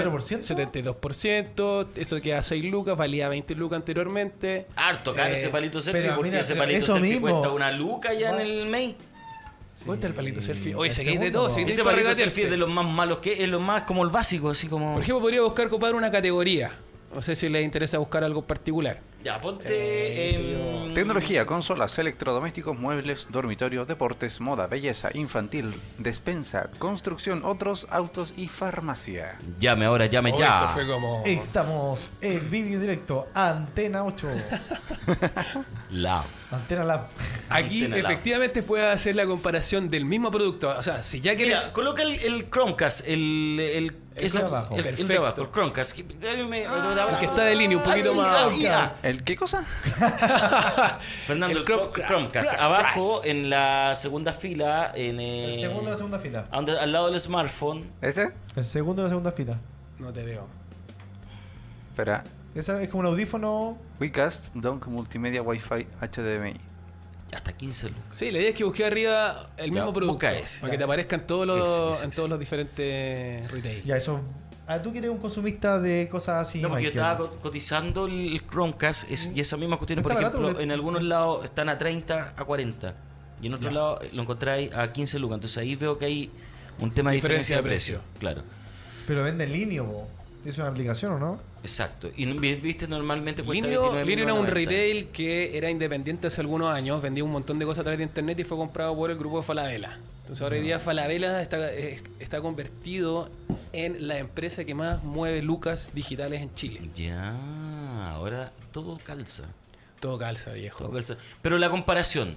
S2: 72%, eso queda 6 lucas, valía 20 lucas anteriormente.
S4: Harto caro
S2: Eh,
S4: ese palito selfie
S3: pero
S4: porque
S3: mira,
S4: ese
S3: pero
S4: palito
S3: eso
S4: selfie
S3: mismo.
S4: cuesta una luca ya en
S3: Va.
S4: el mail.
S2: ¿Dónde está el palito selfie? Oye,
S3: el
S2: seguís de
S3: segundo,
S2: todo,
S3: po.
S2: seguís de
S4: Ese
S2: todo.
S4: palito
S2: regatearte.
S4: selfie es de los más malos que es lo más como el básico, así como.
S2: Por ejemplo, podría buscar copar una categoría. No sé si les interesa buscar algo particular.
S4: ya, ponte.
S3: Eh,
S4: em,
S5: Tecnología, consolas, electrodomésticos, muebles, dormitorios, deportes, moda, belleza, infantil, despensa, construcción, otros, autos y farmacia.
S4: Llame ahora, llame
S2: Oh,
S4: ya.
S2: Esto fue como.
S3: Estamos en vivo y directo. Antena 8.
S4: La.
S3: Antena Lab.
S2: Aquí
S4: Antena Lab.
S2: efectivamente puedes hacer la comparación del mismo producto. O sea, si ya quieres.
S4: Mira, coloca el, el Chromecast, el. El,
S3: El
S4: esa-
S3: de abajo. Ah,
S4: El, el de
S2: Perfecto.
S4: abajo, el Chromecast. Que- ay, me-
S2: el que está de línea, un poquito
S4: Ay,
S2: más.
S4: ay, ah.
S5: ¿El qué cosa?
S4: Fernando,
S2: El
S4: el, Chrome-
S2: Chromecast.
S4: Chromecast.
S2: Crash,
S4: Abajo, en la segunda fila, en. eh,
S3: El segundo de la segunda fila.
S4: a donde- al lado del smartphone.
S5: ¿Ese?
S3: El segundo de la segunda fila.
S2: No te veo.
S5: Espera.
S3: Esa es como un audífono.
S5: Wecast, Donk, Multimedia, Wi-Fi, HDMI.
S4: Hasta 15 lucas.
S2: Sí, la idea es que busque arriba el mismo producto.
S4: busca ese.
S2: Para que te aparezcan todos los,
S4: Ese, ese,
S2: en
S4: ese.
S2: todos los diferentes retail.
S3: Ya, eso. Ah, tú quieres un consumista de cosas así.
S4: No, porque yo
S3: Michael.
S4: estaba co- cotizando el Chromecast es- y esas mismas cuestiones,
S3: Está
S4: por
S3: barato
S4: ejemplo,
S3: porque-
S4: en algunos lados están a 30, a 40 y en otros lados eh, lo encontráis a 15 lucas. Entonces ahí veo que hay un tema de
S2: Diferencia
S4: diferencia,
S2: de
S4: de precio. Claro,
S3: Pero vende en línea, po. ¿Es una aplicación o no?
S4: exacto. Y vi- viste, normalmente cuesta
S2: Linio,
S4: 29.990.
S2: Linio era un retail que era independiente hace algunos años, vendía un montón de cosas a través de internet y fue comprado por el grupo de Falabella. Entonces ahora hoy día Falabella está, eh, está convertido en la empresa que más mueve lucas digitales en Chile.
S4: Ya, ahora todo calza,
S2: Todo calza, viejo.
S4: todo calza. Pero la comparación,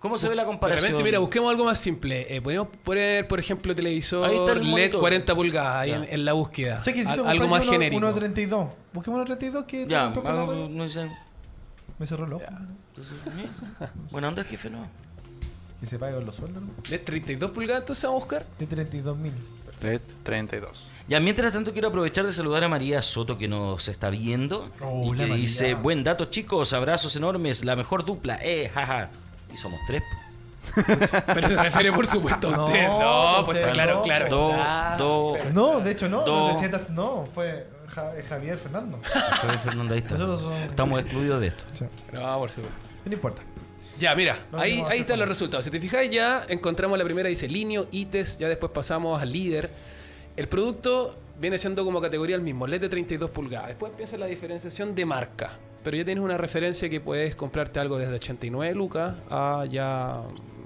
S4: ¿cómo se ve la
S2: De
S4: comparación?
S2: repente, mira, busquemos algo más simple. Eh, podríamos poner, por ejemplo, televisor
S4: Ahí está el
S2: LED
S4: monitor.
S2: 40 pulgadas ahí
S4: Ya.
S2: en, en la búsqueda.
S3: Sé que
S2: Al-
S3: necesito
S2: algo
S3: comprarme
S2: más
S3: uno-
S2: genérico.
S3: Uno de 32. Busquemos uno de 32 que
S4: Ya,
S3: tampoco la-
S4: vamos, no sé.
S3: me cerró el ojo.
S4: Entonces, eh, buena onda, jefe, no.
S3: Que se paguen los sueldos, ¿no?
S2: ¿De 32 pulgadas entonces vamos a buscar?
S3: De 32 mil.
S5: LED 32.
S4: Ya, mientras tanto quiero aprovechar de saludar a María Soto que nos está viendo y
S3: Hola,
S4: que
S3: María.
S4: dice, buen dato chicos, abrazos enormes, la mejor dupla, eh, jaja. Y somos tres. po.
S2: Pero se refiere, por supuesto, a
S3: No,
S2: usted. No, pues está
S3: usted
S2: claro,
S3: no.
S2: claro.
S4: Do,
S2: está.
S4: do,
S3: No, de hecho no. No,
S4: No.
S3: te sientas- no fue Ja- Javier Fernando.
S4: Fernando, ahí está.
S3: Nosotros somos-
S4: Estamos excluidos de esto.
S3: Sí,
S2: No, por supuesto.
S3: No importa.
S2: Ya, mira,
S3: No
S2: ahí,
S3: tenemos
S2: ahí están
S3: que hacer
S2: los
S3: famosos.
S2: resultados. Si te fijáis, ya encontramos la primera, dice Linio, ITES, ya después pasamos al líder. El producto viene siendo como categoría el mismo, LED de 32 pulgadas. Después piensa en la diferenciación de marca. Pero ya tienes una referencia que puedes comprarte algo desde 89 lucas a ya,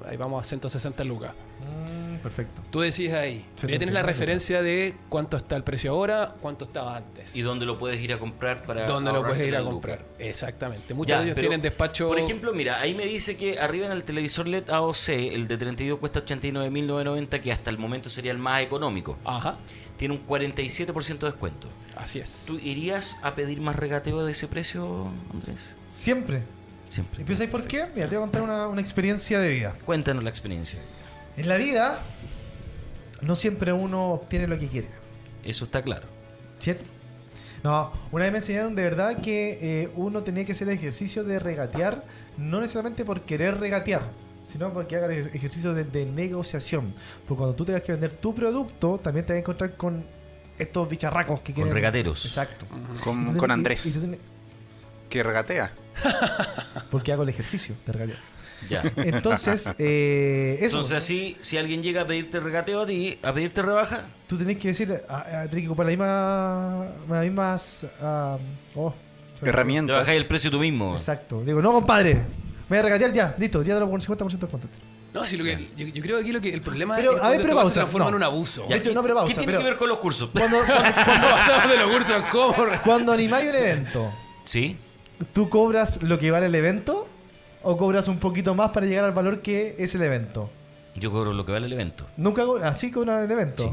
S2: ahí vamos a 160 lucas.
S3: Mm, perfecto.
S2: Tú decís ahí. Pero ya tienes la
S3: 79 lucas.
S2: referencia de cuánto está el precio ahora, cuánto estaba antes.
S4: ¿Y dónde lo puedes ir a comprar para
S2: dónde lo
S4: ahorrarte
S2: puedes ir a
S4: la luca?
S2: comprar. Exactamente. Muchos
S4: Ya,
S2: de ellos
S4: pero,
S2: tienen despacho.
S4: Por ejemplo, mira, ahí me dice que arriba en el televisor E LED AOC, el de 32 cuesta 89.990, que hasta el momento sería el más económico.
S2: Ajá,
S4: Tiene un 47% de descuento.
S2: así es.
S4: ¿Tú irías a pedir más regateo de ese precio, Andrés?
S3: Siempre.
S4: Siempre.
S3: ¿Y pero sabes por qué? Mira, te voy a contar una, una experiencia de vida.
S4: Cuéntanos la experiencia.
S3: En la vida, no siempre uno obtiene lo que quiere,
S4: Eso está claro.
S3: ¿cierto? No, una vez me enseñaron de verdad que eh, uno tenía que hacer el ejercicio de regatear, no necesariamente por querer regatear, sino porque haga el ejercicio de, de negociación. Porque cuando tú tengas que vender tu producto, también te vas a encontrar con estos bicharracos que
S4: Con
S3: quieren.
S4: regateros.
S3: Exacto. Y tú
S5: Mm, Con,
S3: tienes-
S5: con
S3: y- y tú
S5: Andrés,
S3: tienes-
S5: que regatea.
S3: porque hago el ejercicio de regatear.
S4: Ya.
S3: Entonces, eh, eso.
S4: Entonces, así, si alguien llega a pedirte regateo a ti, a pedirte rebaja,
S3: Tú tenés que decir, ah, ah, tenés que ocupar la misma, las mismas ah, oh, se me-
S4: te
S5: Herramientas.
S4: bajáis el precio tú mismo.
S3: Exacto. Digo, no, compadre, me voy a regatear ya, listo, ya te lo pongo con 50% de descuento.
S2: No, si lo que, yo, yo creo que aquí lo que el problema
S3: Pero,
S2: es
S3: a
S2: cuando
S3: ver, pero
S2: esto
S3: pausa,
S2: se transforma
S3: no.
S2: en un abuso.
S3: Ya. Esto no, pero pausa,
S4: ¿Qué tiene
S3: pero-
S4: que ver con los cursos?
S3: Cuando, cuando,
S2: No pasamos de los cursos, ¿cómo?
S3: cuando animáis un evento,
S4: Sí.
S3: ¿tú cobras lo que vale el evento o cobras un poquito más para llegar al valor que es el evento?
S4: Yo cobro lo que vale el evento.
S3: Nunca co- así cobran el evento.
S4: Sí.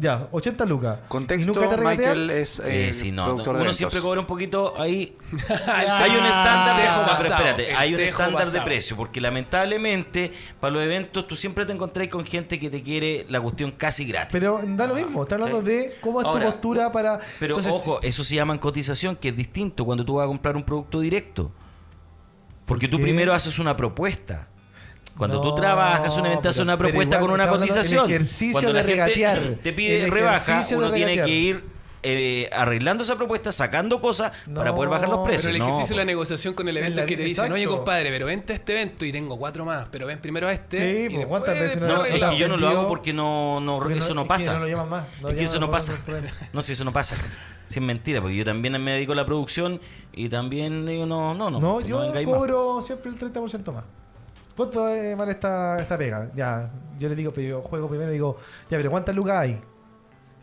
S3: Ya, 80 lucas.
S5: Contexto,
S3: ¿Y nunca te regatean?
S5: Michael es eh,
S4: Eh, sí, no, no.
S5: productor de
S4: Uno
S5: eventos.
S4: siempre cobra un poquito ahí.
S2: hay
S4: hay un estándar de
S2: Ah, tejo
S4: no, pero
S2: basado,
S4: espérate,
S2: el
S4: hay un
S2: tejo
S4: estándar de
S2: basado.
S4: precio, porque lamentablemente para los eventos tú siempre te encontrás con gente que te quiere la cuestión casi gratis.
S3: Pero da lo mismo, está hablando
S4: Sí.
S3: de cómo es
S4: Eh, Ahora,
S3: tu postura para...
S4: Pero
S3: Entonces,
S4: ojo, eso se llama cotización, que es distinto cuando tú vas a comprar un producto directo. Porque tú
S3: qué?
S4: primero haces una propuesta. Cuando
S3: No,
S4: tú trabajas un evento, haces
S3: pero-
S4: una
S3: pero
S4: propuesta
S3: igual
S4: con una
S3: estamos hablando del
S4: cotización.
S3: ejercicio
S4: Cuando
S3: de
S4: la gente
S3: regatear.
S4: te
S3: El
S4: pide rebaja,
S3: ejercicio de
S4: uno tiene
S3: regatear.
S4: que ir eh, arreglando esa propuesta, sacando cosas para
S3: No,
S4: poder bajar los
S3: pero
S4: precios.
S2: Pero el
S4: No, pues.
S2: ejercicio de la
S4: po.
S2: negociación con el
S3: En
S2: evento
S3: la
S2: es que te
S3: vida,
S2: dicen, oye
S3: exacto.
S2: compadre, pero vente a este evento y tengo cuatro más, pero ven primero a este.
S3: Sí,
S2: y
S3: pues,
S2: después
S3: ¿cuántas veces
S2: te
S3: no-
S4: No,
S2: arreglas?
S4: es que yo no lo
S3: Entendido.
S4: hago porque no, no-
S3: porque
S4: eso
S3: es
S4: no
S3: que
S4: pasa.
S3: no lo llaman más. lo
S4: es que eso
S3: llaman
S4: no
S3: por-
S4: pasa.
S3: por- por-
S4: No, si eso no pasa. Si es mentira, porque yo también me dedico a la producción y también digo, no, no, pues no.
S3: No,
S4: que
S3: yo
S4: vengáis más.
S3: cobro siempre el 30% más. ¿Cuánto eh, vale esta, esta pega? Ya, yo le digo, pero yo juego primero y digo, ya, pero ¿cuántas lucas hay?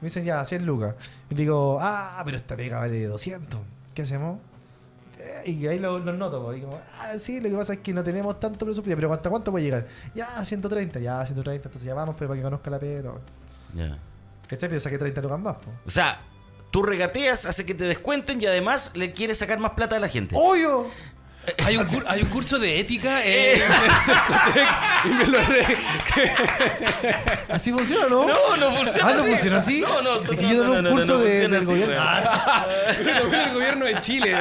S3: Me dicen, ya, 100 lucas. Y le digo, ah, pero esta pega vale 200. ¿Qué hacemos? Eh, Y ahí lo- los noto, po, y como, ah, sí, lo que pasa es que no tenemos tanto presupuesto, ya, pero ¿cuánto, cuánto puede llegar? Ya, 130, ya, 130, entonces ya vamos, pero para que conozca la pega. y todo.
S4: Ya.
S3: ¿Cachai? Pero saqué 30 lucas más, po.
S4: O sea, tú regateas, hace que te descuenten y además le quieres sacar más plata a la gente.
S3: ¡Obvio!
S2: Hay un, cur- hay un curso de ética en Cercotec y me lo re-
S3: Así funciona, ¿no?
S4: No, no funciona
S3: Ah, ¿no
S4: así.
S3: funciona así?
S4: No, no,
S3: Es que
S4: no, no,
S3: yo tomé un
S4: no, no,
S3: curso
S4: no
S3: de-
S4: funciona
S3: del
S4: así,
S3: gobierno. Ah,
S4: weón.
S2: me lo ve el gobierno de Chile.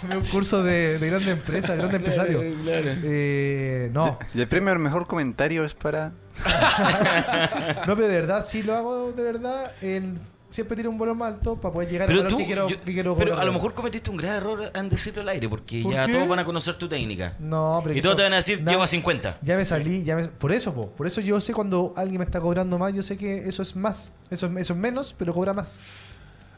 S3: Tomé un curso de, de grande empresa, de grande empresario. Eh, no,
S5: Y el premio al mejor comentario es para...
S3: no, pero de verdad, sí lo hago de verdad. en- siempre tiro un vuelo más alto para poder llegar al
S4: Pero
S3: valor
S4: tú,
S3: que quiero,
S4: yo-
S3: que quiero
S4: pero
S3: cobrar.
S4: a lo mejor cometiste un grave error en decirlo al aire, porque
S3: ¿Por
S4: ya
S3: qué?
S4: todos van a conocer tu técnica.
S3: No, pero
S4: y
S3: que
S4: todos
S3: eso-
S4: te van a decir,
S3: na-
S4: llego a 50.
S3: Ya me salí, ya me, por eso, po, por eso yo sé cuando alguien me está cobrando más, yo sé que eso es más, eso es, eso es menos, pero cobra más.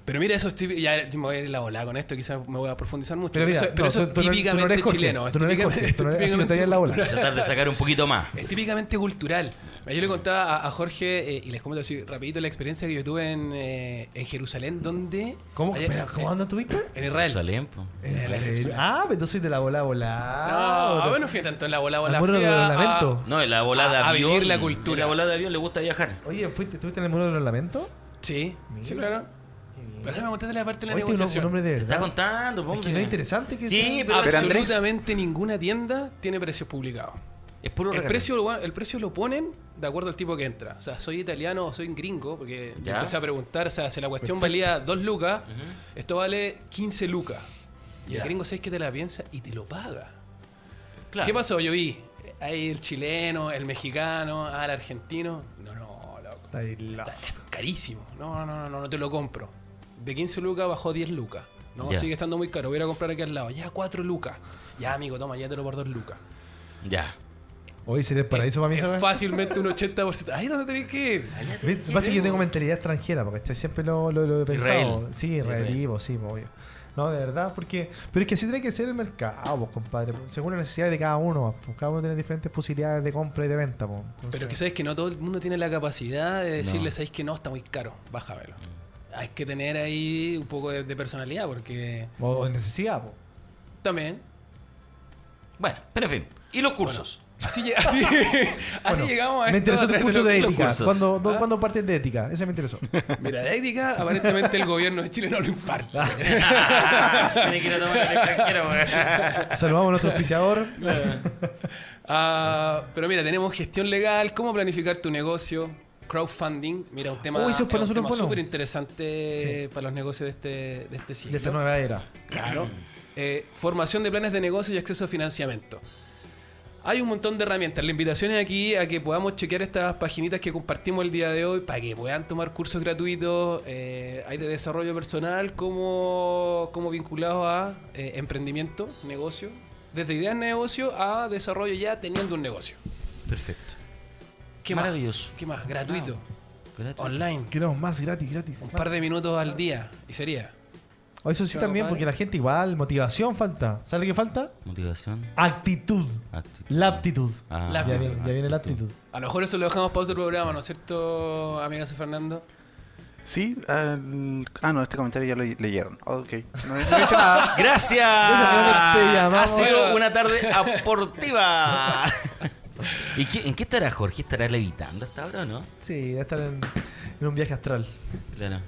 S2: Pero mira, eso es típico. Ya yo me voy a ir en la bola con esto, quizás me voy a profundizar mucho.
S3: Pero mira,
S2: eso, pero
S3: no,
S2: eso
S3: tú-
S2: es
S3: tú no- tú no eres
S2: típicamente
S3: Jorge,
S2: chileno. es
S3: tú no eres
S2: típicamente-
S3: Jorge, tú no eres- así me
S2: típicamente
S3: estaría en la bola.
S2: cultural.
S4: Tratar de sacar un poquito más.
S2: Es típicamente cultural. Yo le contaba a, a Jorge, eh, y les comento así rapidito la experiencia que yo tuve en, eh, en Jerusalén, donde...
S3: ¿Cómo?
S2: allá-
S3: Espera, ¿Cómo
S2: eh,
S3: andas tuviste?
S2: En Israel.
S4: Jerusalén, po.
S3: ¿En serio? Ah, pero entonces de la bola a
S2: No,
S3: bola.
S2: ah, bueno, fui tanto en la bola, bola.
S3: Al muro
S2: fui
S3: del
S2: a-
S3: lamento.
S4: No, en la volada de
S2: A- a
S4: avión.
S2: vivir la cultura.
S4: en la volada de avión le gusta viajar.
S3: Oye, ¿fuiste, ¿estuviste en el muro de los lamentos?
S2: a- sí, sí, claro. Pero ahora me contaste la parte de la
S3: Oye, un, un
S2: negociación.
S3: hombre de
S4: Te
S3: verdad.
S4: está contando, po,
S3: Es que
S4: hombre.
S3: no es interesante que
S4: Sí,
S3: sea-
S4: Ah, pero-
S5: pero Andrés-
S2: Absolutamente ninguna tienda tiene precios publicados.
S4: Es puro
S2: El
S4: regateo.
S2: precio, lo- el precio lo ponen de acuerdo al tipo que entra. O sea, soy italiano o soy gringo, porque yo
S4: Ya.
S2: empecé a preguntar, o sea, si la cuestión valía 2 lucas, esto vale 15 lucas. Y
S4: Ya.
S2: el gringo sabes que te la piensa y te lo paga.
S4: Claro.
S2: ¿Qué pasó? Yo vi, eh, ahí el chileno, el mexicano, ah, el argentino. No, no, loco.
S3: Está ahí, la-
S2: Está- Es carísimo. No, no, no, no, no te lo compro. De 15 lucas bajó 10 lucas. No,
S4: Ya.
S2: sigue estando muy caro. Voy a ir a comprar aquí al lado. Ya, cuatro lucas. Ya, amigo, toma, ya te lo por dos lucas.
S4: Ya.
S3: Hoy sería el paraíso para mí,
S2: Eh, Es
S3: ¿sabes?
S2: fácilmente un 80%. Ahí donde tenés que ir.
S3: Lo que pasa es que yo tengo mentalidad extranjera, porque estoy siempre lo, lo- lo he pensado.
S4: Israel.
S3: Sí, israelí, pues, sí, pues, obvio. No, de verdad, porque. Pero es que así tiene que ser el mercado, pues, compadre. Según las necesidades de cada uno, pues, cada uno tiene diferentes posibilidades de compra y de venta, pues. Entonces,
S2: Pero que sabes que no todo el mundo tiene la capacidad de decirle,
S4: No.
S2: sabes que no, está muy caro, bájamelo. Hay que tener ahí un poco de, de personalidad porque
S3: O en necesidad, pues.
S2: también...
S4: Bueno, pero en fin. ¿Y los cursos?
S2: Así, lle- así, así
S3: Bueno,
S2: llegamos a esto
S3: Me interesó
S2: a
S3: tu
S2: través
S3: curso de
S4: los- los
S3: ética.
S4: cursos.
S3: ¿Cuándo, do-
S2: ¿Ah?
S3: ¿Cuándo partes de ética? Ese me interesó.
S2: lo- Mira, la ética, aparentemente el gobierno de Chile no lo imparte.
S4: Tiene que ir a tomar el extranjero, weón.
S3: Saludamos a nuestro auspiciador.
S2: Ah, pero mira, tenemos gestión legal, cómo planificar tu negocio, crowdfunding. Mira, un tema
S3: Oh, eso es para
S2: es un
S3: nosotros
S2: tema
S3: bueno.
S2: súper interesante para los negocios de este, de este siglo.
S3: De esta nueva era.
S2: Claro. Eh, formación de planes de negocio y acceso a financiamiento. Hay un montón de herramientas. La invitación es aquí a que podamos chequear estas paginitas que compartimos el día de hoy para que puedan tomar cursos gratuitos. eh, hay de desarrollo personal como, como vinculados a eh, emprendimiento, negocio. Desde ideas de negocio a desarrollo ya teniendo un negocio.
S4: Perfecto.
S2: ¿Qué
S4: Maravilloso.
S2: Más? ¿Qué más? Gratuito.
S4: Espérate.
S2: Online.
S3: Queremos más gratis, gratis.
S2: Un par de minutos al día y sería.
S3: O Oh, eso sí
S2: Claro,
S3: también,
S2: compadre.
S3: porque la gente igual, motivación falta. ¿Sabe qué falta?
S4: Motivación.
S3: Actitud.
S4: Actitud.
S3: La aptitud.
S4: Ah,
S2: La
S3: Ya
S2: aptitud.
S3: viene, ya viene la actitud.
S2: A lo mejor eso lo dejamos para otro programa, ¿no es cierto, amigazo Fernando?
S5: Sí, al- ah, no, este comentario ya lo leyeron. Ok. No, he- no he hecho nada.
S4: Gracias.
S3: Te llamamos.
S4: Ha sido
S2: Bueno.
S4: una tarde aportiva. ¿Y qué- en qué estará Jorge? ¿Estará levitando hasta ahora o no?
S3: Sí, debe estar en, en un viaje astral.
S4: Claro.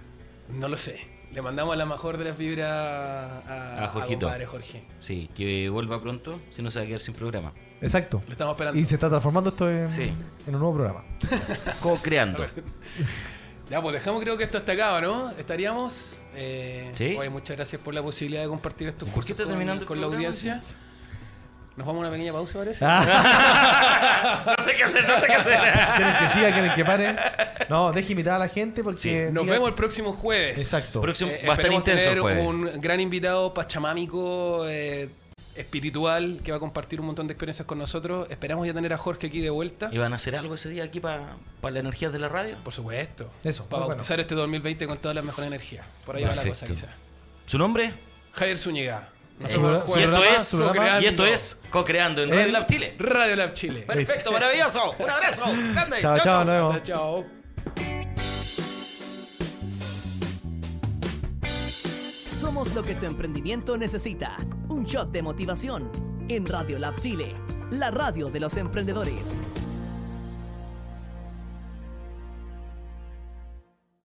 S2: No lo sé. Le mandamos la mejor de las vibras a,
S4: A Jorgito.
S2: compadre Jorge.
S4: Sí, que vuelva pronto, si no se va a quedar sin programa.
S3: Exacto.
S2: Lo estamos esperando.
S3: Y se está transformando esto en,
S4: Sí.
S3: en un nuevo programa.
S4: Co-creando.
S2: Ya, pues dejamos creo que esto hasta acá, ¿no? Estaríamos. Eh,
S4: Sí.
S2: oye, muchas gracias por la posibilidad de compartir estos
S4: ¿Por qué
S2: cursos
S4: está terminando
S2: con,
S4: el
S2: con la
S4: programa?
S2: audiencia. Nos vamos a una pequeña pausa, parece.
S3: Ah.
S4: No sé qué hacer, no sé qué hacer.
S3: ¿Quieren que siga? ¿Quieren que pare? No, deje invitar a la gente porque.
S4: Sí.
S2: Nos
S3: diga-
S2: vemos el próximo jueves.
S3: Exacto.
S4: Próximo,
S2: Eh,
S4: va a estar
S2: esperemos
S4: intenso el
S2: tener
S4: jueves.
S2: un gran invitado pachamámico, eh, espiritual, que va a compartir un montón de experiencias con nosotros. Esperamos ya tener a Jorge aquí de vuelta.
S4: ¿Y van a hacer algo ese día aquí para la energía de la radio?
S2: Por supuesto.
S3: Eso, pues,
S2: Para
S3: muy
S2: bautizar este 2020 con todas las mejores energías. Por ahí va la cosa,
S4: Perfecto.
S2: quizás.
S4: ¿Su nombre?
S2: Javier Zúñiga.
S3: Su
S2: vemos el
S3: bra- su
S4: Y
S2: jueves.
S4: esto
S3: programa,
S4: es,
S3: su programa.
S4: y esto es Co-creando en
S3: El-
S4: Radio Lab Chile.
S2: Radio Lab Chile.
S4: Perfecto, maravilloso. Un abrazo. Grande.
S3: Chao, chao, nos vemos.
S2: Chao.
S1: Somos lo que tu emprendimiento necesita. Un shot de motivación. En Radio Lab Chile, la radio de los emprendedores.